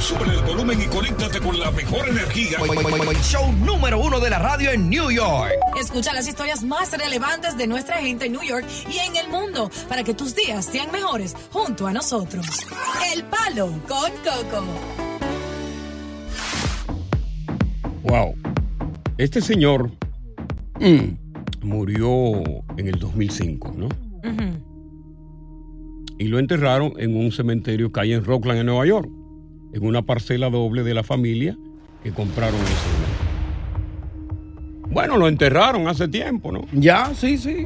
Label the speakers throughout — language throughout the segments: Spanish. Speaker 1: Sube el volumen y conéctate con la mejor energía.
Speaker 2: Show número uno de la radio en New York.
Speaker 3: Escucha las historias más relevantes de nuestra gente en New York y en el mundo para que tus días sean mejores junto a nosotros. El Palo con Coco.
Speaker 4: Wow. Este señor mm, murió en el 2005, ¿no? Y lo enterraron en un cementerio que hay en Rockland, en Nueva York, en una parcela doble de la familia que compraron ese lugar. Bueno, lo enterraron hace tiempo, ¿no?
Speaker 5: Ya, sí, sí.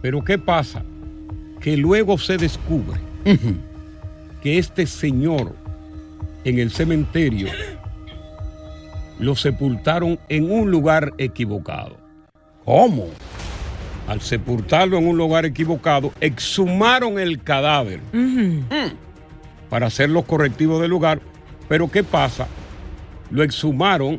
Speaker 4: Pero ¿qué pasa? Que luego se descubre que este señor en el cementerio lo sepultaron en un lugar equivocado.
Speaker 5: ¿Cómo?
Speaker 4: Al sepultarlo en un lugar equivocado, exhumaron el cadáver para hacer los correctivos del lugar. Pero ¿qué pasa? Lo exhumaron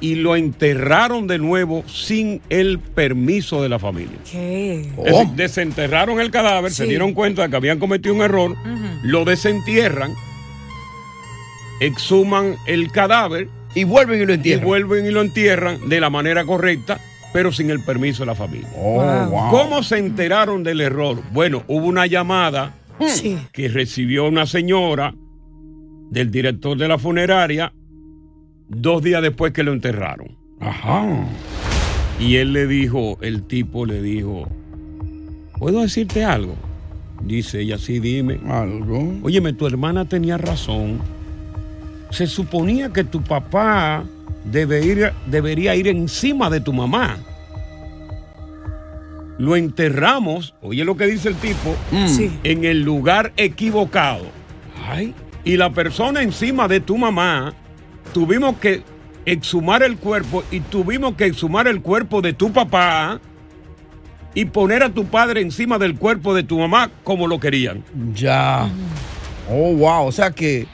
Speaker 4: y lo enterraron de nuevo sin el permiso de la familia.
Speaker 3: ¿Qué?
Speaker 4: Es decir, desenterraron el cadáver, se
Speaker 3: Sí.
Speaker 4: dieron cuenta de que habían cometido un error, lo desentierran, exhuman el cadáver
Speaker 5: Y vuelven y lo
Speaker 4: y
Speaker 5: entierran.
Speaker 4: vuelven y lo entierran de la manera correcta, pero sin el permiso de la familia.
Speaker 5: Oh, wow.
Speaker 4: ¿Cómo se enteraron del error? Bueno, hubo una llamada
Speaker 5: Mm.
Speaker 3: Sí.
Speaker 4: que recibió una señora del director de la funeraria dos días después que lo enterraron.
Speaker 5: Ajá.
Speaker 4: Y él le dijo, el tipo le dijo, ¿puedo decirte algo? Dice ella, sí, dime.
Speaker 5: Algo.
Speaker 4: Óyeme, tu hermana tenía razón. Se suponía que tu papá debe ir- debería ir encima de tu mamá. Lo enterramos, oye lo que dice el tipo,
Speaker 3: Sí.
Speaker 4: en el lugar equivocado. Ay, y la persona encima de tu mamá, tuvimos que exhumar el cuerpo y tuvimos que exhumar el cuerpo de tu papá y poner a tu padre encima del cuerpo de tu mamá como lo querían.
Speaker 5: Ya. Oh, wow. O sea que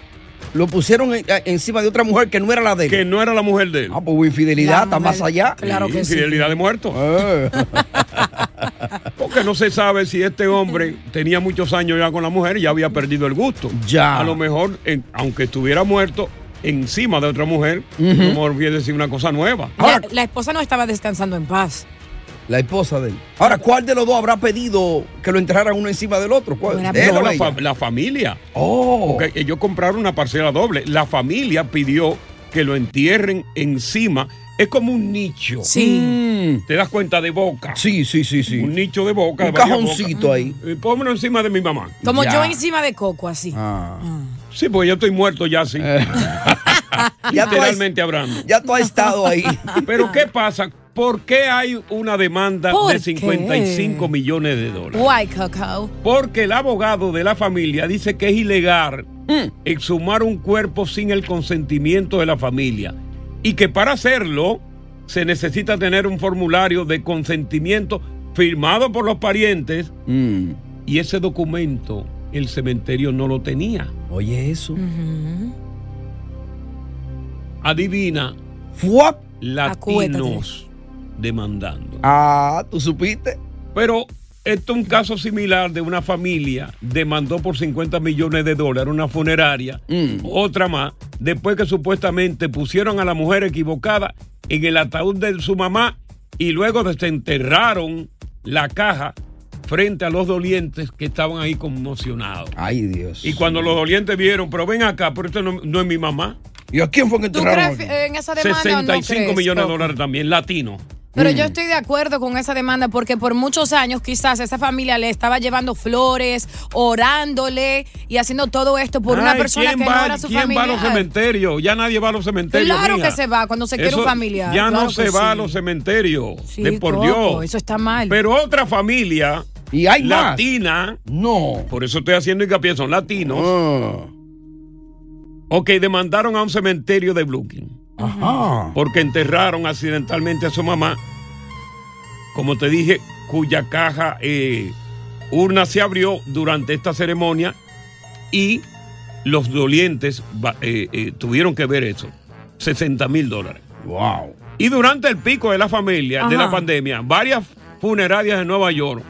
Speaker 5: lo pusieron en- a- encima de otra mujer que no era la de él.
Speaker 4: Que no era la mujer de él.
Speaker 5: Ah, pues hubo infidelidad, está
Speaker 3: La
Speaker 5: más
Speaker 3: mujer-
Speaker 5: allá.
Speaker 3: Claro
Speaker 4: Sí,
Speaker 3: que sí.
Speaker 4: Infidelidad de muerto.
Speaker 5: Eh.
Speaker 4: Porque no se sabe si este hombre tenía muchos años ya con la mujer y ya había perdido el gusto.
Speaker 5: Ya.
Speaker 4: A lo mejor, en- aunque estuviera muerto, encima de otra mujer, a lo mejor viene a decir una cosa nueva.
Speaker 6: Ah,
Speaker 3: La,
Speaker 5: Ahora-
Speaker 3: la esposa no estaba descansando en paz.
Speaker 5: La esposa de él. Ahora, ¿cuál de los dos habrá pedido que lo enterraran uno encima del otro? ¿Cuál?
Speaker 3: Buena
Speaker 5: ¿Él
Speaker 4: No,
Speaker 5: o
Speaker 4: la,
Speaker 5: ella?
Speaker 4: fa- la familia.
Speaker 5: Oh.
Speaker 4: Porque ellos compraron una parcela doble. La familia pidió que lo entierren encima. Es como un nicho.
Speaker 3: Sí.
Speaker 5: Mm.
Speaker 4: ¿Te das cuenta? De boca.
Speaker 5: Sí, sí, sí,
Speaker 4: Un
Speaker 5: sí.
Speaker 4: nicho de boca.
Speaker 5: Un
Speaker 4: de varias
Speaker 5: cajoncito ahí.
Speaker 4: bocas. Eh, Pónmelo encima de mi mamá.
Speaker 3: Como
Speaker 5: Ya.
Speaker 3: yo encima de Coco, así.
Speaker 5: Ah.
Speaker 4: Sí, porque yo estoy muerto ya, sí.
Speaker 5: Ya, tú has,
Speaker 4: Literalmente hablando.
Speaker 5: pues. ya tú has estado ahí.
Speaker 4: Pero ¿qué pasa? ¿Por qué hay una demanda
Speaker 3: ¿Por
Speaker 4: de 55
Speaker 3: qué?
Speaker 4: millones de dólares?
Speaker 3: Guay, Coco.
Speaker 4: Porque el abogado de la familia dice que es ilegal exhumar un cuerpo sin el consentimiento de la familia y que para hacerlo se necesita tener un formulario de consentimiento firmado por los parientes
Speaker 5: Mm.
Speaker 4: y ese documento el cementerio no lo tenía.
Speaker 5: Oye, eso.
Speaker 3: Ujú.
Speaker 4: Adivina,
Speaker 5: ¡Fuap!
Speaker 3: Acuérdate.
Speaker 4: latinos demandando.
Speaker 5: Ah, ¿tú supiste?
Speaker 4: Pero esto es un caso similar de una familia demandó por 50 millones de dólares una funeraria,
Speaker 5: Mm.
Speaker 4: otra más, después que supuestamente pusieron a la mujer equivocada en el ataúd de su mamá y luego desenterraron la caja frente a los dolientes que estaban ahí conmocionados.
Speaker 5: Ay, Dios.
Speaker 4: Y cuando los dolientes vieron, pero ven acá, pero esto no, no es mi mamá.
Speaker 5: ¿Y a quién fue que
Speaker 6: ¿Tú crees eh, en esa demanda? o no
Speaker 4: 65
Speaker 6: crees,
Speaker 4: millones de
Speaker 6: Coco?
Speaker 4: dólares también, latino.
Speaker 6: Pero
Speaker 5: Mm.
Speaker 6: yo estoy de acuerdo con esa demanda porque por muchos años quizás esa familia le estaba llevando flores, orándole y haciendo todo esto por una
Speaker 4: Ay,
Speaker 6: persona que
Speaker 4: ¿quién
Speaker 6: no
Speaker 4: va,
Speaker 6: era su
Speaker 4: ¿Quién
Speaker 6: familia.
Speaker 4: va a los cementerios? Ya nadie va a los cementerios.
Speaker 6: Claro
Speaker 4: mija.
Speaker 6: que se va cuando se quiere
Speaker 4: Eso
Speaker 6: un familiar.
Speaker 4: Ya
Speaker 6: claro
Speaker 4: no
Speaker 6: que
Speaker 4: se va
Speaker 6: sí.
Speaker 4: a los cementerios.
Speaker 6: Sí,
Speaker 4: de por
Speaker 6: Coco,
Speaker 4: Dios.
Speaker 6: Eso está mal.
Speaker 4: Pero otra familia
Speaker 5: Y hay más.
Speaker 4: latina.
Speaker 5: No.
Speaker 4: Por eso estoy haciendo hincapié, son latinos. Ah.
Speaker 5: Ah.
Speaker 4: Ok, demandaron a un cementerio de Brooklyn.
Speaker 5: Ajá.
Speaker 4: Porque enterraron accidentalmente a su mamá. Como te dije, cuya caja eh, urna se abrió durante esta ceremonia y los dolientes va- eh, eh, tuvieron que ver eso. 60 mil dólares.
Speaker 5: Wow.
Speaker 4: Y durante el pico de la familia, de la
Speaker 6: Ajá.
Speaker 4: pandemia, varias funerarias de Nueva York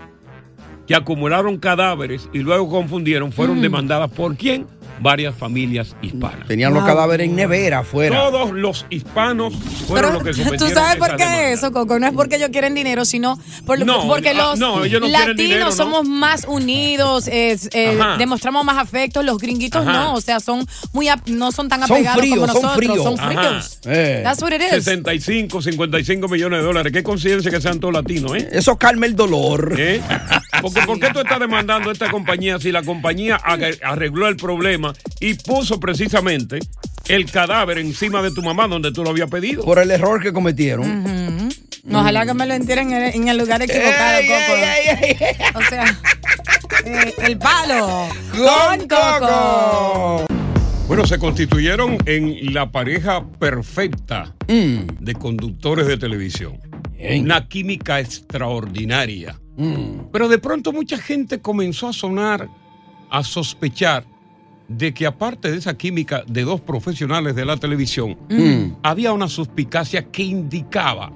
Speaker 4: que acumularon cadáveres y luego confundieron,
Speaker 6: Mm.
Speaker 4: fueron demandadas por quién? Varias familias hispanas.
Speaker 5: Tenían los
Speaker 6: Wow.
Speaker 5: cadáveres en nevera afuera.
Speaker 4: Todos los hispanos
Speaker 6: Pero
Speaker 4: fueron los que
Speaker 6: tú
Speaker 4: sometieron
Speaker 6: sabes por
Speaker 4: esa
Speaker 6: qué
Speaker 4: demanda.
Speaker 6: eso, Coco. No es porque ellos quieren dinero, sino por-
Speaker 4: No,
Speaker 6: porque
Speaker 4: ah,
Speaker 6: los
Speaker 4: no, ellos no quieren
Speaker 6: latinos
Speaker 4: dinero, ¿no?
Speaker 6: somos más unidos, es, eh,
Speaker 4: Ajá.
Speaker 6: demostramos más afecto. Los gringuitos
Speaker 4: Ajá.
Speaker 6: no, o sea, son muy ap- no son tan
Speaker 5: Son
Speaker 6: apegados como
Speaker 5: fríos, son
Speaker 6: nosotros.
Speaker 5: fríos.
Speaker 4: Ajá.
Speaker 6: fríos.
Speaker 5: Eh.
Speaker 6: That's what it is.
Speaker 4: 65, 55 millones de dólares. Qué conciencia que sean todos latinos, ¿eh?
Speaker 5: Eso calma el dolor.
Speaker 4: ¿Eh? Porque, ¿Por qué tú estás demandando a esta compañía si la compañía ag- arregló el problema y puso precisamente el cadáver encima de tu mamá donde tú lo habías pedido?
Speaker 5: Por el error que cometieron. Eh,
Speaker 6: No, ojalá que me lo entierren en el, en el lugar equivocado,
Speaker 5: Ey,
Speaker 6: Coco.
Speaker 5: ey, ey, ey, ey.
Speaker 6: O sea, eh, el palo
Speaker 5: Con Coco.
Speaker 4: Bueno, se constituyeron en la pareja perfecta
Speaker 5: Mm.
Speaker 4: de conductores de televisión. Una química extraordinaria. Pero de pronto mucha gente comenzó a sonar, a sospechar de que aparte de esa química de dos profesionales de la televisión, había una suspicacia que indicaba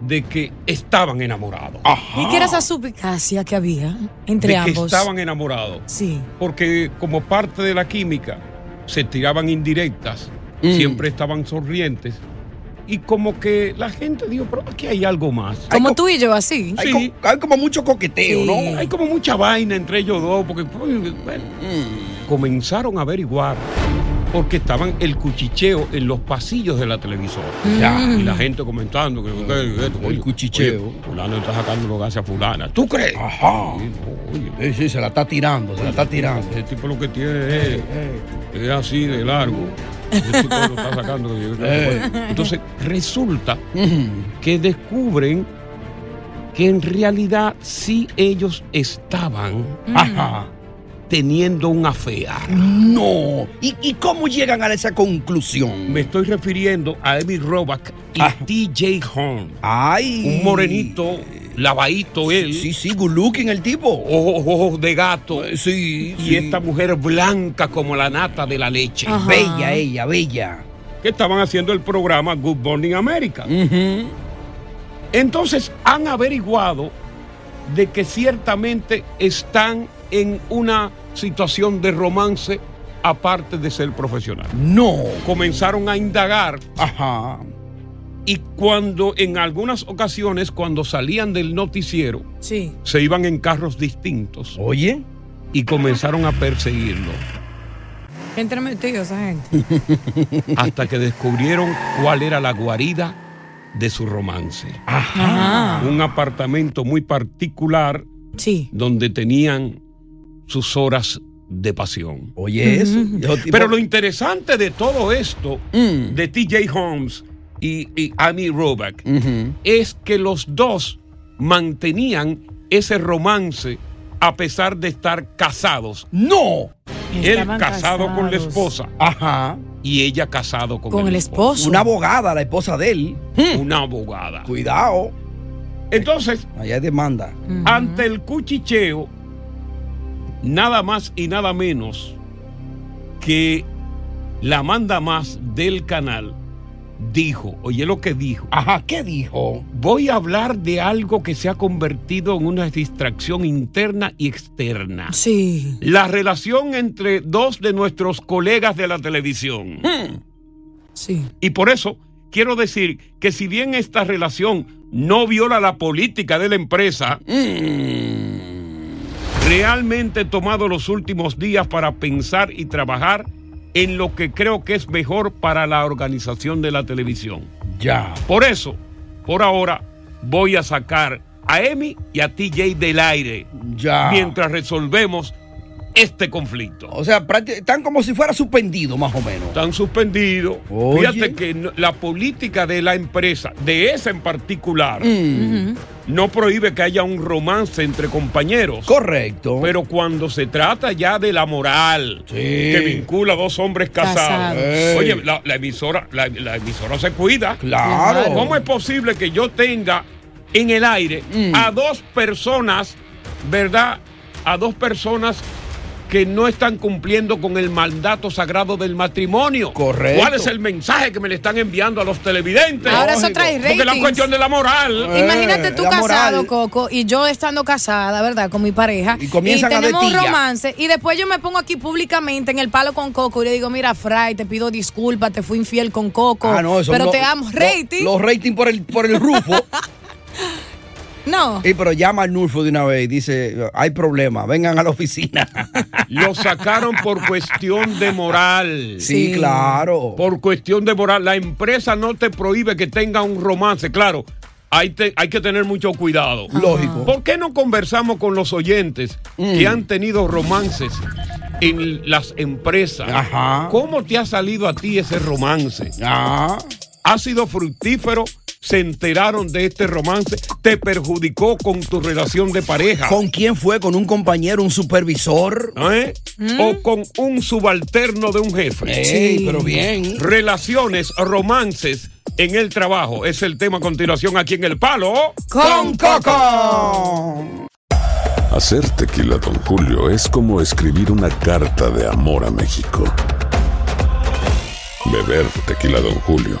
Speaker 4: de que estaban enamorados.
Speaker 6: ¿Y qué era esa suplicacia que había entre
Speaker 4: de que
Speaker 6: ambos?
Speaker 4: estaban enamorados
Speaker 6: Sí.
Speaker 4: porque como parte de la química se tiraban indirectas, siempre estaban sonrientes y como que la gente dijo, pero aquí hay algo más.
Speaker 6: Como tú y yo, así.
Speaker 5: Hay,
Speaker 4: Sí.
Speaker 5: co- hay como mucho coqueteo,
Speaker 6: Sí.
Speaker 5: ¿no?
Speaker 4: Hay como mucha vaina entre ellos dos, porque pues, bueno, Mm. comenzaron a averiguar porque estaban el cuchicheo en los pasillos de la televisora.
Speaker 5: Ya.
Speaker 4: Y la gente comentando que
Speaker 5: El cuchicheo.
Speaker 4: Mm. oye, fulano está sacando los gases a fulana. ¿Tú crees?
Speaker 5: Ajá.
Speaker 4: Sí, no, oye,
Speaker 5: Sí, sí, se la está tirando, se la está tirando. Eh,
Speaker 4: Ese tipo lo que tiene es, es así de largo. Ese tipo lo está sacando.
Speaker 5: Eh.
Speaker 4: Entonces, resulta que descubren que en realidad sí ellos estaban
Speaker 5: Mm. Ajá.
Speaker 4: teniendo un afear.
Speaker 5: No. ¿Y, y cómo llegan a esa conclusión?
Speaker 4: Me estoy refiriendo a Amy Robach y
Speaker 5: Ah.
Speaker 4: TJ Horn.
Speaker 5: Ay.
Speaker 4: Un morenito, lavadito él,
Speaker 5: Sí, sí, good looking el tipo.
Speaker 4: ojos, ojos de gato.
Speaker 5: Eh, Sí,
Speaker 4: Y
Speaker 5: sí.
Speaker 4: esta mujer blanca como la nata de la leche.
Speaker 6: Ajá.
Speaker 5: Bella ella, bella.
Speaker 4: que estaban haciendo el programa Good Morning America.
Speaker 5: Ujú.
Speaker 4: Entonces han averiguado de que ciertamente están en una situación de romance aparte de ser profesional.
Speaker 5: No.
Speaker 4: Comenzaron a indagar
Speaker 5: Ajá.
Speaker 4: y cuando en algunas ocasiones cuando salían del noticiero
Speaker 6: Sí.
Speaker 4: se iban en carros distintos
Speaker 5: Oye.
Speaker 4: y comenzaron a perseguirlo
Speaker 6: Entre metidos esa gente.
Speaker 4: hasta que descubrieron cuál era la guarida de su romance.
Speaker 5: Ah.
Speaker 6: Ajá.
Speaker 4: Un apartamento muy particular
Speaker 6: Sí.
Speaker 4: donde tenían sus horas de pasión.
Speaker 5: Oye, eso. Y esos tipos-
Speaker 4: Pero lo interesante de todo esto,
Speaker 5: Mm.
Speaker 4: de TJ Holmes y, y Amy Roback,
Speaker 5: Ujú.
Speaker 4: es que los dos mantenían ese romance a pesar de estar casados.
Speaker 5: No.
Speaker 4: Él
Speaker 6: Estaban
Speaker 4: casado con la
Speaker 6: casados.
Speaker 4: esposa
Speaker 5: Ajá.
Speaker 4: y ella casado con,
Speaker 6: Con el Mm. esposo.
Speaker 5: Una abogada, la esposa de él.
Speaker 4: Una abogada.
Speaker 5: Cuidado.
Speaker 4: Entonces,
Speaker 5: Allá hay demanda.
Speaker 6: Ujú.
Speaker 4: ante el cuchicheo, nada más y nada menos que la manda más del canal dijo, oye lo que dijo,
Speaker 5: Ajá, ¿qué dijo?
Speaker 4: voy a hablar de algo que se ha convertido en una distracción interna y externa.
Speaker 6: Sí.
Speaker 4: La relación entre dos de nuestros colegas de la televisión.
Speaker 6: Sí.
Speaker 4: Y por eso quiero decir que si bien esta relación no viola la política de la empresa, mm, Realmente he tomado los últimos días para pensar y trabajar en lo que creo que es mejor para la organización de la televisión.
Speaker 7: Ya.
Speaker 4: Por eso, por ahora, voy a sacar a Emi y a TJ del aire.
Speaker 5: Ya.
Speaker 4: Mientras resolvemos este conflicto.
Speaker 5: O sea, prácti- están como si fuera suspendido, más o menos.
Speaker 4: Están suspendidos.
Speaker 5: Oye.
Speaker 4: Fíjate que no- la política de la empresa, de esa en particular,
Speaker 5: Mm.
Speaker 4: no prohíbe que haya un romance entre compañeros.
Speaker 5: Correcto.
Speaker 4: Pero cuando se trata ya de la moral que vincula a dos hombres casados,
Speaker 5: Casados. Ey.
Speaker 4: oye, la, la emisora, la, la emisora se cuida.
Speaker 5: Claro.
Speaker 4: ¿Cómo es posible que yo tenga en el aire
Speaker 6: Mm.
Speaker 4: a dos personas, verdad? A dos personas que no están cumpliendo con el mandato sagrado del matrimonio.
Speaker 5: Correcto.
Speaker 4: ¿Cuál es el mensaje que me le están enviando a los televidentes?
Speaker 6: Ahora eso trae
Speaker 4: Porque la
Speaker 6: ratings. Eh.
Speaker 4: cuestión de la moral.
Speaker 5: Eh,
Speaker 6: Imagínate tú casado, Coco, y yo estando casada, ¿verdad? Con mi pareja. Y
Speaker 4: comienzan a
Speaker 6: tenemos un
Speaker 4: detilla.
Speaker 6: romance. Y después yo me pongo aquí públicamente en el palo con Coco y le digo, mira, Fry, te pido disculpas, te fui infiel con Coco.
Speaker 5: Ah, no, eso
Speaker 6: pero
Speaker 5: lo-
Speaker 6: te amo.
Speaker 5: lo-
Speaker 6: Rating.
Speaker 5: Los rating por el, por el rufo.
Speaker 6: no.
Speaker 5: Sí, pero llama al Nulfo de una vez y dice, hay problema, vengan a la oficina.
Speaker 4: Lo sacaron por cuestión de moral.
Speaker 5: Sí, Sí. claro.
Speaker 4: Por cuestión de moral. La empresa no te prohíbe que tenga un romance, claro. Hay, te- hay que tener mucho cuidado.
Speaker 5: Ah. Lógico. Mm.
Speaker 4: ¿Por qué no conversamos con los oyentes que han tenido romances en las empresas? ¿Cómo te ha salido a ti ese romance? ¿Ha sido fructífero? ¿Se enteraron de este romance? ¿Te perjudicó con tu relación de pareja?
Speaker 5: ¿Con quién fue? ¿Con un compañero, un supervisor?
Speaker 4: ¿eh? o con un subalterno de un jefe.
Speaker 5: ¿Mm? Ey, Sí. pero bien.
Speaker 4: Relaciones, romances en el trabajo. Es el tema a continuación aquí en El Palo.
Speaker 5: Con Coco.
Speaker 8: Hacer tequila, Don Julio, es como escribir una carta de amor a México. Beber tequila, Don Julio,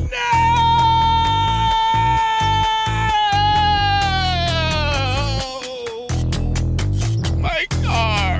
Speaker 9: My car.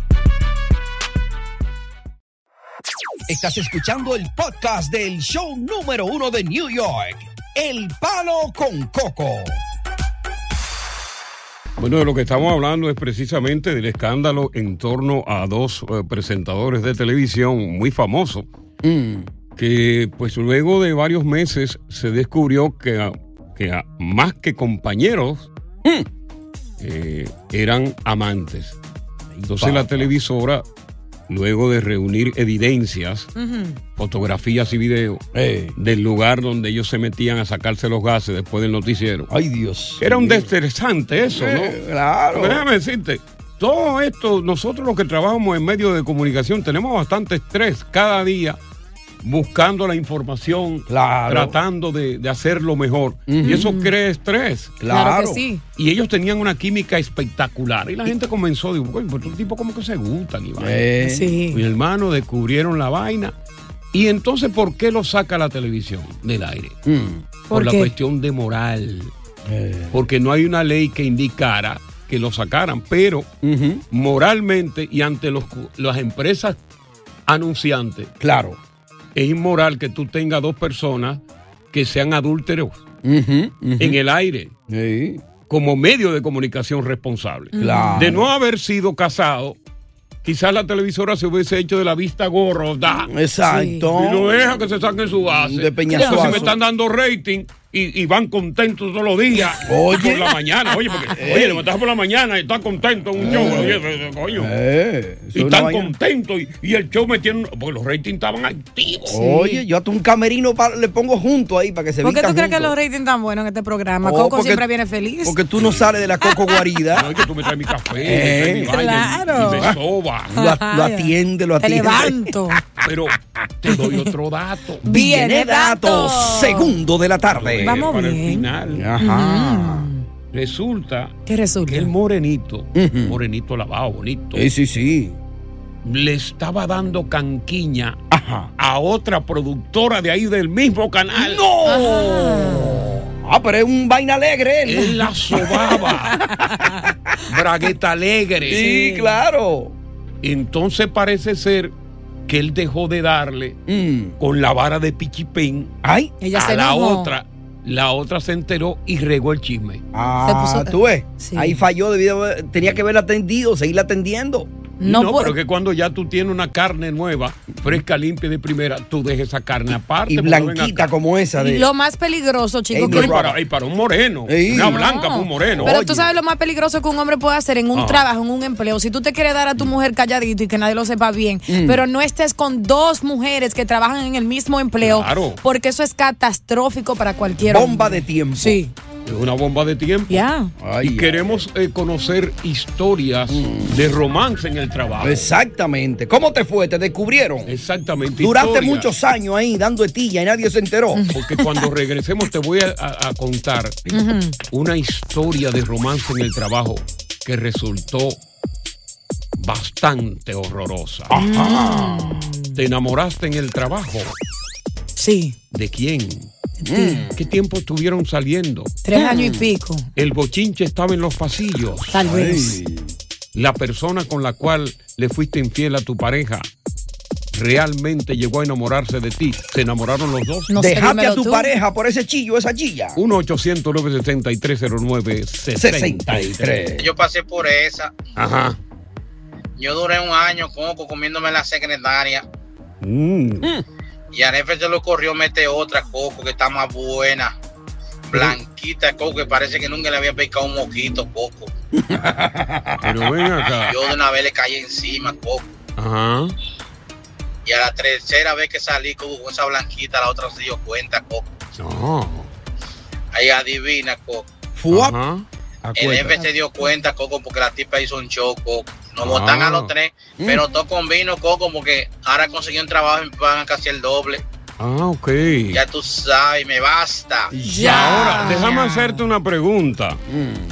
Speaker 2: Estás escuchando el podcast del show número uno de New York, El Palo con Coco.
Speaker 4: Bueno, de lo que estamos hablando es precisamente del escándalo en torno a dos eh, presentadores de televisión muy famosos, que pues luego de varios meses se descubrió que, ah, que ah, más que compañeros, eh, eran amantes. Entonces la televisora, luego de reunir evidencias, fotografías y videos del lugar donde ellos se metían a sacarse los gases después del noticiero.
Speaker 5: Ay, Dios.
Speaker 4: Era un desterezante eso, ¿no?
Speaker 5: Eh, claro.
Speaker 4: Porque déjame decirte, todo esto, nosotros los que trabajamos en medios de comunicación tenemos bastante estrés cada día buscando la información, tratando de, de hacerlo mejor. Y eso crea estrés.
Speaker 5: Claro Claro que sí.
Speaker 4: Y ellos tenían una química espectacular. Y la gente comenzó, digo, "Coño, pero estos tipos como que se gustan. Y vaina".
Speaker 5: Eh. Sí.
Speaker 4: Mi hermano descubrieron la vaina. Y entonces, ¿por qué lo saca la televisión del aire? Por,
Speaker 5: Mm. ¿Por
Speaker 4: la
Speaker 5: qué? Eh.
Speaker 4: cuestión de moral. Porque no hay una ley que indicara que lo sacaran. Pero moralmente y ante los cu- las empresas anunciantes.
Speaker 5: Claro.
Speaker 4: Es inmoral que tú tengas dos personas que sean adúlteros en el aire. Como medio de comunicación responsable.
Speaker 5: Mm. Claro.
Speaker 4: De no haber sido casado, quizás la televisora se hubiese hecho de la vista gorda.
Speaker 5: Exacto.
Speaker 4: Y no deja que se saquen su base.
Speaker 5: De
Speaker 4: Porque Si
Speaker 5: peñasuazo.
Speaker 4: me están dando rating, y, y van contentos todos los días
Speaker 5: Oye.
Speaker 4: por la mañana. Oye, porque,
Speaker 5: Ey.
Speaker 4: oye, levantarse por la mañana y están contentos en un show. Oye, eh, coño. y
Speaker 5: una
Speaker 4: están
Speaker 5: vaina.
Speaker 4: contentos y, y el show metiendo. Porque los ratings estaban activos.
Speaker 5: Oye, yo hasta un camerino pa- le pongo junto ahí para que se
Speaker 6: ¿Por qué
Speaker 5: vistan
Speaker 6: tú crees que los
Speaker 5: juntos.
Speaker 6: ratings tan buenos en este programa?
Speaker 5: Oh,
Speaker 6: Coco
Speaker 5: porque-
Speaker 6: siempre viene feliz.
Speaker 5: Porque tú no sales de la coco guarida. No,
Speaker 4: que tú me traes mi café, me traes mi vaina y-
Speaker 6: Claro.
Speaker 4: y me soba.
Speaker 5: Lo, a- lo atiende, lo
Speaker 6: Te
Speaker 5: atiende.
Speaker 6: levanto.
Speaker 4: Pero te doy otro dato.
Speaker 5: Viene datos. Segundo de la tarde.
Speaker 4: Vamos para el final.
Speaker 5: Ajá.
Speaker 4: Resulta, que el morenito, morenito lavado, bonito,
Speaker 5: Sí, sí, sí.
Speaker 4: le estaba dando canquiña a otra productora de ahí del mismo canal.
Speaker 5: ¡No! Ah, pero es un vaina alegre. él.
Speaker 4: Él la sobaba. Bragueta alegre.
Speaker 5: Sí, claro.
Speaker 4: Entonces parece ser que él dejó de darle
Speaker 5: Mm.
Speaker 4: con la vara de pichipén
Speaker 5: Ay,
Speaker 6: Ella
Speaker 4: a
Speaker 6: se
Speaker 4: la
Speaker 6: enojó.
Speaker 4: otra. La otra se enteró y regó el chisme.
Speaker 5: Ah, tú ves. Ahí falló, debido haber- tenía que haberla atendido, seguirla atendiendo.
Speaker 4: No, pero que cuando ya tú tienes una carne nueva, fresca, limpia de primera, tú dejes esa carne aparte.
Speaker 5: Y
Speaker 4: porque no venga
Speaker 5: blanquita como esa de.
Speaker 6: Lo más peligroso, chicos,
Speaker 4: No,
Speaker 6: que
Speaker 4: y para, y para un moreno. Una blanca para un moreno.
Speaker 6: Pero tú sabes lo más peligroso que un hombre puede hacer en un
Speaker 4: Ajá.
Speaker 6: trabajo, en un empleo. Si tú te quieres dar a tu mujer calladito y que nadie lo sepa bien,
Speaker 4: Mm.
Speaker 6: pero no estés con dos mujeres que trabajan en el mismo empleo,
Speaker 4: Claro.
Speaker 6: porque eso es catastrófico para cualquier
Speaker 5: Bomba de tiempo.
Speaker 6: Sí.
Speaker 4: Es una bomba de tiempo.
Speaker 6: Ya.
Speaker 4: Y queremos eh, conocer historias de romance en el trabajo.
Speaker 5: Exactamente. ¿Cómo te fue? ¿Te descubrieron?
Speaker 4: Exactamente.
Speaker 5: Duraste
Speaker 4: historias.
Speaker 5: muchos años ahí dando etilla y nadie se enteró.
Speaker 4: Porque cuando regresemos te voy a, a- a contar una historia de romance en el trabajo que resultó bastante horrorosa. Mm. ¿Te enamoraste en el trabajo?
Speaker 6: Sí.
Speaker 4: ¿De quién? Mm.
Speaker 6: ti.
Speaker 4: ¿Qué tiempo estuvieron saliendo?
Speaker 5: Mm.
Speaker 6: Tres años y pico.
Speaker 4: El bochinche estaba en los pasillos.
Speaker 6: Tal vez.
Speaker 4: Ay. La persona con la cual le fuiste infiel a tu pareja realmente llegó a enamorarse de ti. ¿Se enamoraron los dos?
Speaker 5: Dejaste a tu pareja por ese chillo, esa chilla.
Speaker 4: 1 800 973 63
Speaker 7: Yo pasé por esa.
Speaker 4: Ajá.
Speaker 7: Yo duré un año coco comiéndome la secretaria.
Speaker 5: Mm.
Speaker 7: Y a jefe se le ocurrió meter otra coco que está más buena. Blanquita coco que parece que nunca le había picado un moquito coco.
Speaker 4: Pero ven acá.
Speaker 7: Yo de una vez le caí encima coco.
Speaker 4: Ajá.
Speaker 7: Y a la tercera vez que salí coco con esa blanquita, la otra se dio cuenta coco.
Speaker 4: No.
Speaker 7: Ahí adivina coco.
Speaker 4: Ajá.
Speaker 7: El
Speaker 4: Acuérdate.
Speaker 7: jefe se dio cuenta, Coco, porque la tipa hizo un show, Coco. Nos
Speaker 4: Ah.
Speaker 7: botan a los tres,
Speaker 4: Mm.
Speaker 7: pero todo convino, Coco, porque ahora conseguí un trabajo y me pagan casi el doble.
Speaker 4: Ah, ok.
Speaker 7: Ya tú sabes, me basta.
Speaker 4: Ahora, déjame hacerte una pregunta. Mm.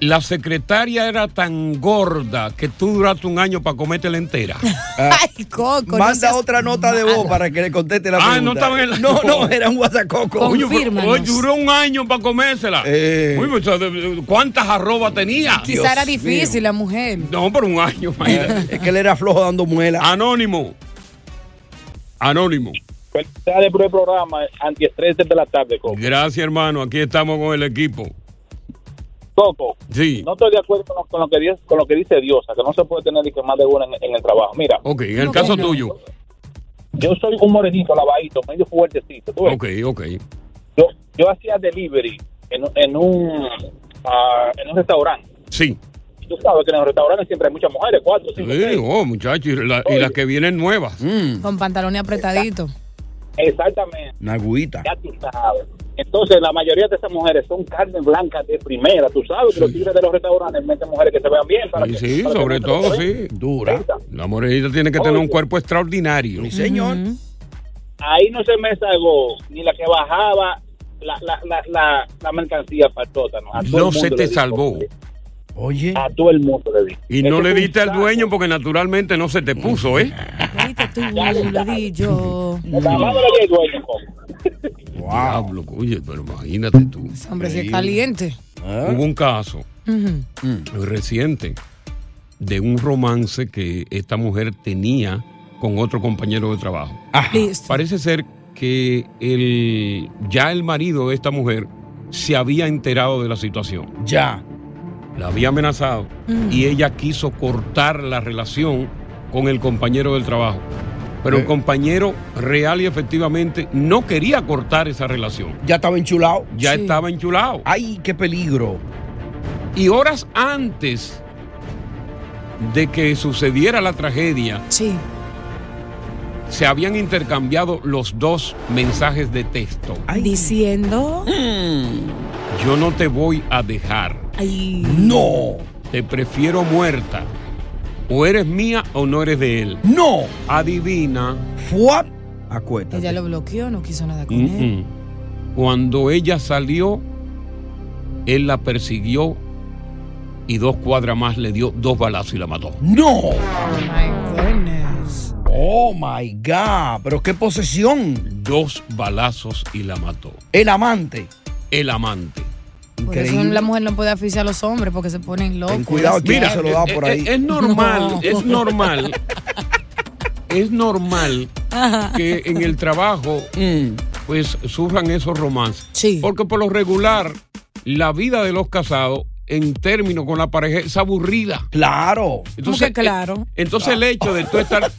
Speaker 4: La secretaria era tan gorda que tú duraste un año para comértela entera.
Speaker 6: Ay, Coco. no
Speaker 5: Manda
Speaker 6: seas
Speaker 5: otra nota de voz para que le conteste la pregunta.
Speaker 4: Ah, no estaba en la-
Speaker 5: No, no, era un guasacoco.
Speaker 4: Coño, pero- oye, duró un año para comérsela. Uy, pues, o sea, de- ¿Cuántas arrobas tenía?
Speaker 6: Quizá era difícil la mujer.
Speaker 4: No, por un año,
Speaker 5: Es que él era flojo dando muela.
Speaker 10: Ah,
Speaker 4: Anónimo. Anónimo.
Speaker 10: Felicidades por el programa, antiestrés desde la tarde, Coco.
Speaker 4: Gracias, hermano. Aquí estamos con el equipo.
Speaker 10: Coco,
Speaker 4: Sí.
Speaker 10: no estoy de acuerdo con lo, con lo que, dice- con lo que dice Diosa, que no se puede tener y que más de una en, en el trabajo. Mira.
Speaker 4: Ok, en el caso tuyo.
Speaker 10: Yo soy un morenito, lavadito, medio fuertecito. ¿tú ves?
Speaker 4: Ok, ok.
Speaker 10: Yo, yo hacía delivery en, un- en un, ah, en un restaurante.
Speaker 4: Sí.
Speaker 10: Tú sabes que en los restaurantes siempre hay muchas mujeres, cuatro, cinco,
Speaker 4: Eh, oh, muchachos, y, la- y las que vienen nuevas.
Speaker 10: Mm,
Speaker 6: Con pantalones apretaditos.
Speaker 10: Exactamente,
Speaker 5: Una agüita.
Speaker 10: ya tú sabes. Entonces, la mayoría de esas mujeres son carne blanca de primera. Tú sabes que los tigres de los restaurantes meten mujeres que se vean bien. Para
Speaker 4: Sí,
Speaker 10: que-
Speaker 4: sí,
Speaker 10: para que
Speaker 4: sobre
Speaker 10: no se
Speaker 4: todo,
Speaker 10: vean.
Speaker 4: sí. Dura. La morenita tiene que tener un cuerpo extraordinario.
Speaker 5: Sí, señor.
Speaker 10: Ahí no se me sagó ni la que bajaba la, la, la, la, la mercancía para el sótano. A todo el
Speaker 4: No
Speaker 10: mundo
Speaker 4: se
Speaker 10: le
Speaker 4: te
Speaker 10: dijo.
Speaker 4: salvó.
Speaker 5: Oye.
Speaker 10: A todo el mundo le Este di.
Speaker 4: Y no le diste al dueño porque naturalmente no se te puso, ¿eh?
Speaker 10: La mano le di al dueño, Coco.
Speaker 4: Diablo, oye, pero imagínate tú.
Speaker 6: Hombre, si es caliente.
Speaker 10: ¿Ah?
Speaker 5: ah,
Speaker 4: Hubo un caso
Speaker 6: Ujú.
Speaker 4: reciente de un romance que esta mujer tenía con otro compañero de trabajo. Parece ser que el, ya el marido de esta mujer se había enterado de la situación.
Speaker 5: Ya.
Speaker 4: La había amenazado
Speaker 5: Mm.
Speaker 4: y ella quiso cortar la relación con el compañero del trabajo. Pero el compañero real y efectivamente no quería cortar esa relación.
Speaker 5: Ya estaba enchulado.
Speaker 4: Ya estaba enchulado.
Speaker 5: ¡Ay, qué peligro!
Speaker 4: Y horas antes de que sucediera la tragedia, se habían intercambiado los dos mensajes de texto.
Speaker 6: Diciendo.
Speaker 4: Hmm. Yo no te voy a dejar.
Speaker 6: Ay.
Speaker 4: Mm. No. Te prefiero muerta. O eres mía o no eres de él.
Speaker 5: No.
Speaker 4: Adivina.
Speaker 5: Fuap. Acuérdate.
Speaker 6: Ella lo bloqueó, no quiso nada con él.
Speaker 4: Mm-mm. Cuando ella salió, él la persiguió y dos cuadras más le dio dos balazos y la mató.
Speaker 5: ¡No! Oh my goodness. Oh my God. Pero qué posesión.
Speaker 4: Dos balazos y la mató.
Speaker 5: El amante.
Speaker 4: El amante.
Speaker 6: Por eso la mujer no puede asfixiar a los hombres porque se ponen locos.
Speaker 4: Mira, eh, eh, Es, normal, es normal. es normal que en el trabajo
Speaker 5: Mm.
Speaker 4: pues sufran esos romances. Porque por lo regular, la vida de los casados en términos con la pareja es aburrida. eh,
Speaker 5: Claro.
Speaker 6: que claro?
Speaker 4: Entonces el hecho de tú estar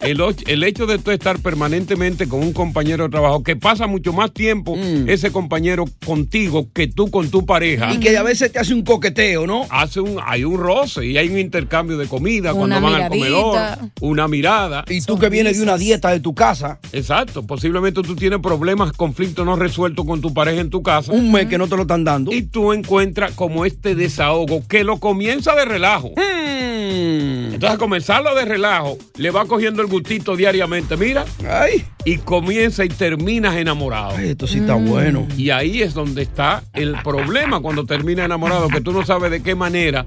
Speaker 4: el, och- el hecho de tú estar permanentemente con un compañero de trabajo que pasa mucho más tiempo
Speaker 6: Mm.
Speaker 4: ese compañero contigo que tú con tu pareja.
Speaker 5: Y que a veces te hace un coqueteo, ¿no?
Speaker 4: Hace un, hay un roce y hay un intercambio de comida
Speaker 5: Una
Speaker 4: cuando van al
Speaker 5: miradita.
Speaker 4: comedor, una mirada.
Speaker 5: Y tú que vienes de una dieta de tu casa.
Speaker 4: Exacto, posiblemente tú tienes problemas, conflictos no resueltos con tu pareja en tu casa.
Speaker 5: Un mes que no te lo están dando.
Speaker 4: Y tú encuentras como este desahogo que lo comienza de relajo.
Speaker 5: Mm.
Speaker 4: Entonces, a comenzarlo de relajo, le va cogiendo el gustito diariamente, mira. Y comienza y terminas enamorado.
Speaker 5: Esto sí
Speaker 6: Mm.
Speaker 5: está bueno.
Speaker 4: Y ahí es donde está el problema cuando termina enamorado, que tú no sabes de qué manera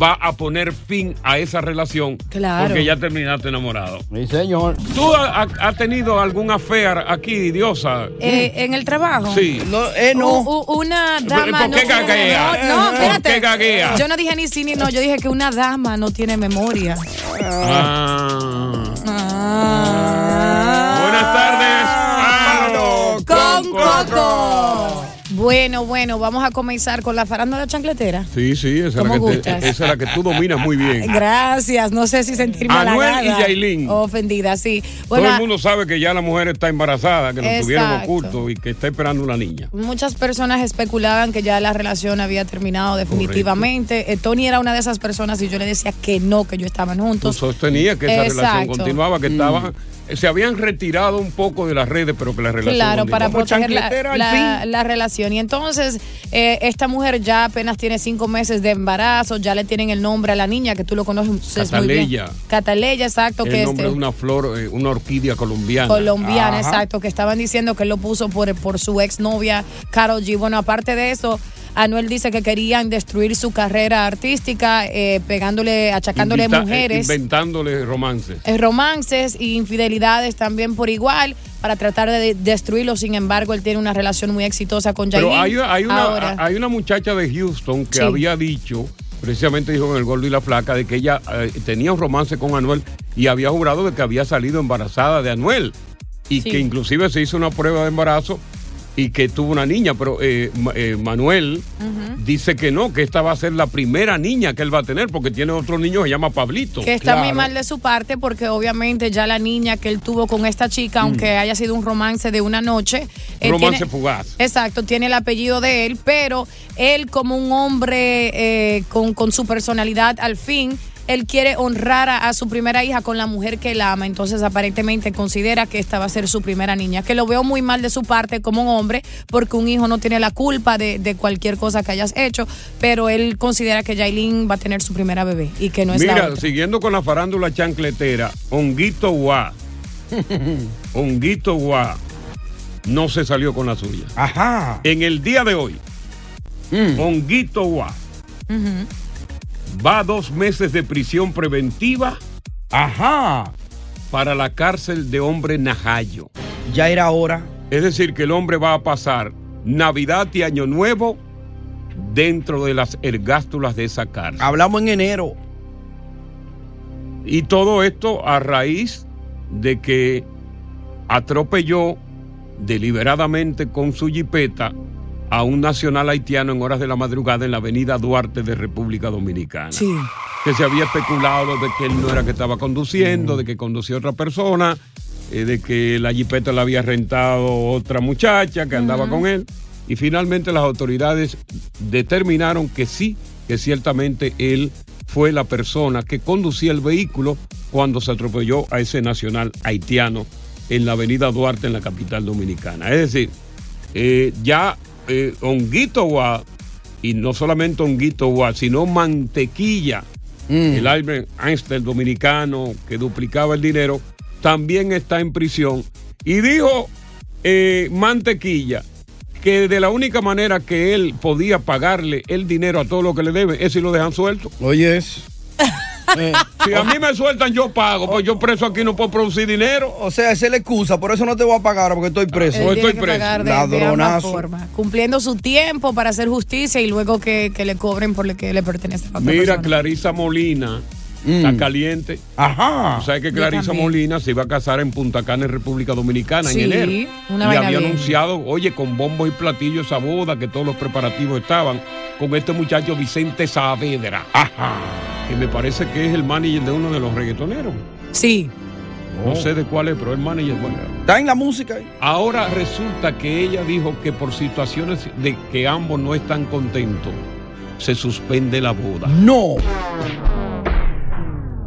Speaker 4: va a poner fin a esa relación.
Speaker 6: Claro.
Speaker 4: Porque ya terminaste enamorado.
Speaker 5: Sí, señor.
Speaker 4: ¿Tú ha- ha- has tenido algún affair aquí, Diosa?
Speaker 6: Eh, ¿En el trabajo?
Speaker 4: Sí. No, eh, no.
Speaker 6: U- u- una dama
Speaker 4: ¿Por
Speaker 6: no
Speaker 4: qué
Speaker 6: tiene
Speaker 4: gaguea? Eh,
Speaker 6: memoria. No,
Speaker 4: ¿Por
Speaker 6: espérate.
Speaker 4: qué gaguea?
Speaker 6: Yo no dije ni sí ni no. Yo dije que una dama no tiene memoria.
Speaker 4: Ah. Buenas tardes.
Speaker 6: Con Coco. Bueno, bueno, vamos a comenzar con la farándula chancletera.
Speaker 4: Sí, sí, esa es, la
Speaker 6: ¿Cómo
Speaker 4: que te-
Speaker 6: gustas?
Speaker 4: esa es la que tú dominas muy bien.
Speaker 6: Gracias, no sé si sentirme
Speaker 4: Anuel
Speaker 6: halagada.
Speaker 4: y Yailin.
Speaker 6: Ofendida, sí.
Speaker 4: Todo
Speaker 6: Bueno,
Speaker 4: el mundo sabe que ya la mujer está embarazada, que lo tuvieron
Speaker 6: Exacto.
Speaker 4: oculto y que está esperando una niña.
Speaker 6: muchas personas especulaban que ya la relación había terminado definitivamente. Eh, Tony era una de esas personas y yo le decía que no, que yo estaban
Speaker 4: Tú
Speaker 6: juntos.
Speaker 4: sostenías que esa relación
Speaker 6: Exacto.
Speaker 4: continuaba, que estaba, se habían retirado un poco de las redes, pero que la relación
Speaker 6: Claro, para proteger la,
Speaker 5: chancletera,
Speaker 6: la-
Speaker 5: al fin.
Speaker 6: la relación. Y entonces, eh, esta mujer ya apenas tiene cinco meses de embarazo, ya le tienen el nombre a la niña, que tú lo conoces muy bien.
Speaker 4: Cataleya.
Speaker 6: Cataleya, exacto, que es
Speaker 4: El nombre de una flor, eh, una orquídea colombiana.
Speaker 6: colombiana,
Speaker 4: Ajá.
Speaker 6: exacto, que estaban diciendo que él lo puso por, por su exnovia, Carol G. Bueno, aparte de eso, Anuel dice que querían destruir su carrera artística, eh, pegándole, achacándole
Speaker 4: Invita- eh,
Speaker 6: mujeres.
Speaker 4: Inventándole romances.
Speaker 6: Eh, romances y infidelidades también por igual para tratar de destruirlo. Sin embargo, él tiene una relación muy exitosa con Yailin.
Speaker 4: Pero hay, hay
Speaker 6: Ahora,
Speaker 4: una, hay una muchacha de Houston que
Speaker 6: Sí.
Speaker 4: había dicho, precisamente dijo en El Gordo y la Flaca, de que ella eh, tenía un romance con Anuel y había jurado de que había salido embarazada de Anuel. Y
Speaker 6: Sí.
Speaker 4: que inclusive se hizo una prueba de embarazo y que tuvo una niña, pero eh, Ma- eh, Manuel
Speaker 6: Ujú.
Speaker 4: dice que no, que esta va a ser la primera niña que él va a tener, porque tiene otro niño que se llama Pablito.
Speaker 6: que está muy mal de su parte porque obviamente ya la niña que él tuvo con esta chica, aunque haya sido un romance de una noche, eh,
Speaker 4: Mm. Romance
Speaker 6: tiene-
Speaker 4: fugaz.
Speaker 6: Exacto, tiene el apellido de él, pero él como un hombre eh, con, con su personalidad al fin, él quiere honrar a, a su primera hija con la mujer que él ama, entonces aparentemente considera que esta va a ser su primera niña, que lo veo muy mal de su parte como un hombre, porque un hijo no tiene la culpa de, de cualquier cosa que hayas hecho, pero él considera que Yailin va a tener su primera bebé y que no es la
Speaker 4: Mira,
Speaker 6: otra.
Speaker 4: siguiendo con la farándula chancletera, Honguito Guá. Honguito Guá no se salió con la suya.
Speaker 5: Ajá.
Speaker 4: En el día de hoy,
Speaker 6: oh.
Speaker 5: Mm.
Speaker 4: Honguito Guá
Speaker 6: Ujú.
Speaker 4: va a dos meses de prisión preventiva.
Speaker 5: Ajá.
Speaker 4: Para la cárcel de hombre Najayo.
Speaker 5: Ya era hora.
Speaker 4: Es decir, que el hombre va a pasar Navidad y Año Nuevo dentro de las ergástulas de esa cárcel.
Speaker 5: Hablamos en enero.
Speaker 4: Y todo esto a raíz de que atropelló deliberadamente con su jipeta a un nacional haitiano en horas de la madrugada en la avenida Duarte de República Dominicana. que se había especulado de que él no era que estaba conduciendo, de que conducía otra persona, eh, de que la jipeta la había rentado otra muchacha que andaba con él. Y finalmente las autoridades determinaron que sí, que ciertamente él fue la persona que conducía el vehículo cuando se atropelló a ese nacional haitiano en la avenida Duarte en la capital dominicana. Es decir, eh, ya eh, Honguito Guá, y no solamente Honguito Guá, sino Mantequilla, el Albert Einstein dominicano que duplicaba el dinero, también está en prisión. Y dijo eh, Mantequilla que de la única manera que él podía pagarle el dinero a todo lo que le debe es si lo dejan suelto.
Speaker 5: Oye, es. Eh,
Speaker 4: Si a mí me sueltan, yo pago, pues yo preso aquí no puedo producir dinero.
Speaker 5: O sea, esa es la excusa, por eso no te voy a pagar porque estoy preso.
Speaker 6: Él tiene que pagar de- de ambas
Speaker 5: Ladronazo.
Speaker 6: formas, cumpliendo su tiempo para hacer justicia y luego que, que le cobren por lo que le pertenece a otra
Speaker 4: Mira,
Speaker 6: persona.
Speaker 4: Clarisa Molina está caliente.
Speaker 5: Ajá.
Speaker 4: O sea que
Speaker 6: Yo
Speaker 4: Clarisa
Speaker 6: también.
Speaker 4: Molina se iba a casar en Punta Cana, en República Dominicana,
Speaker 6: Sí,
Speaker 4: en enero.
Speaker 6: una
Speaker 4: y
Speaker 6: vaina
Speaker 4: había
Speaker 6: bien.
Speaker 4: anunciado, oye, con bombo y platillo esa boda, que todos los preparativos estaban, con este muchacho Vicente Saavedra. Ajá. Que me parece que es el manager de uno de los reggaetoneros.
Speaker 6: Sí.
Speaker 4: No
Speaker 5: Oh.
Speaker 4: sé de cuál es, pero el manager. Bueno.
Speaker 5: Está en la música. ahí.
Speaker 4: Ahora resulta que ella dijo que por situaciones de que ambos no están contentos, se suspende la boda.
Speaker 5: No.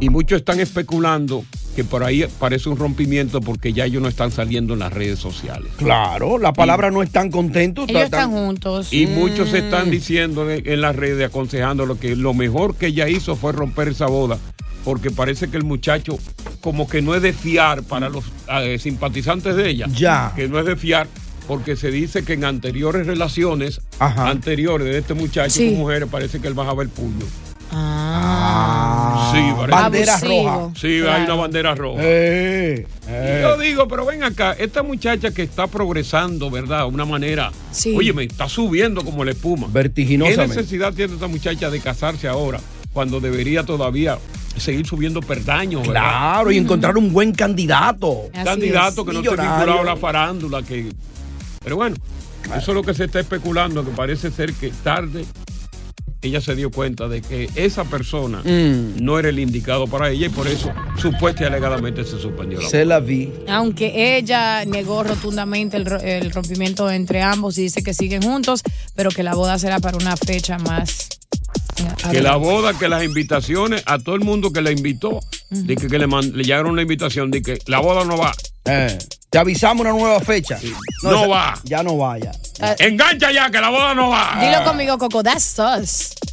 Speaker 4: Y muchos están especulando que por ahí parece un rompimiento porque ya ellos no están saliendo en las redes sociales.
Speaker 5: Claro, la palabra no es tan contento.
Speaker 6: Ellos
Speaker 5: está tan-
Speaker 6: están juntos.
Speaker 4: Y muchos están diciendo en en las redes, aconsejando lo que lo mejor que ella hizo fue romper esa boda, porque parece que el muchacho como que no es de fiar para los eh, simpatizantes de ella.
Speaker 5: Ya.
Speaker 4: Que no es de fiar, porque se dice que en anteriores relaciones, anteriores de este muchacho
Speaker 6: Sí.
Speaker 4: con mujeres, parece que él bajaba el puño.
Speaker 6: Ah.
Speaker 4: Sí, parece.
Speaker 6: Bandera Abusivo, roja.
Speaker 4: Sí, hay
Speaker 6: claro.
Speaker 4: una bandera roja.
Speaker 5: eh.
Speaker 4: Y yo digo, pero ven acá, esta muchacha que está progresando, ¿verdad? Una manera.
Speaker 5: Sí.
Speaker 4: Oye, me está subiendo como la espuma. ¿Qué
Speaker 5: Vertiginosamente.
Speaker 4: necesidad tiene esta muchacha de casarse ahora cuando debería todavía seguir subiendo perdaños? ¿verdad?
Speaker 5: Claro, y encontrar un buen candidato.
Speaker 4: candidato que no esté
Speaker 5: Millonario.
Speaker 4: vinculado a la farándula. Que... Pero bueno, eso es lo que se está especulando, que parece ser que tarde ella se dio cuenta de que esa persona
Speaker 5: Mm.
Speaker 4: no era el indicado para ella y por eso supuesta y alegadamente se suspendió la
Speaker 5: Se la vi.
Speaker 6: Aunque ella negó rotundamente el, ro- el rompimiento entre ambos y dice que siguen juntos, pero que la boda será para una fecha más.
Speaker 4: Que la boda, que las invitaciones, a todo el mundo que la invitó, de que, que le, man- le llegaron la invitación, de que la boda no va.
Speaker 5: Eh, Te avisamos una nueva fecha.
Speaker 4: No,
Speaker 5: esa-
Speaker 4: va.
Speaker 5: Ya no vaya.
Speaker 4: Engancha ya, que la boda no va.
Speaker 6: Ah, Dilo conmigo, Coco, that's sus.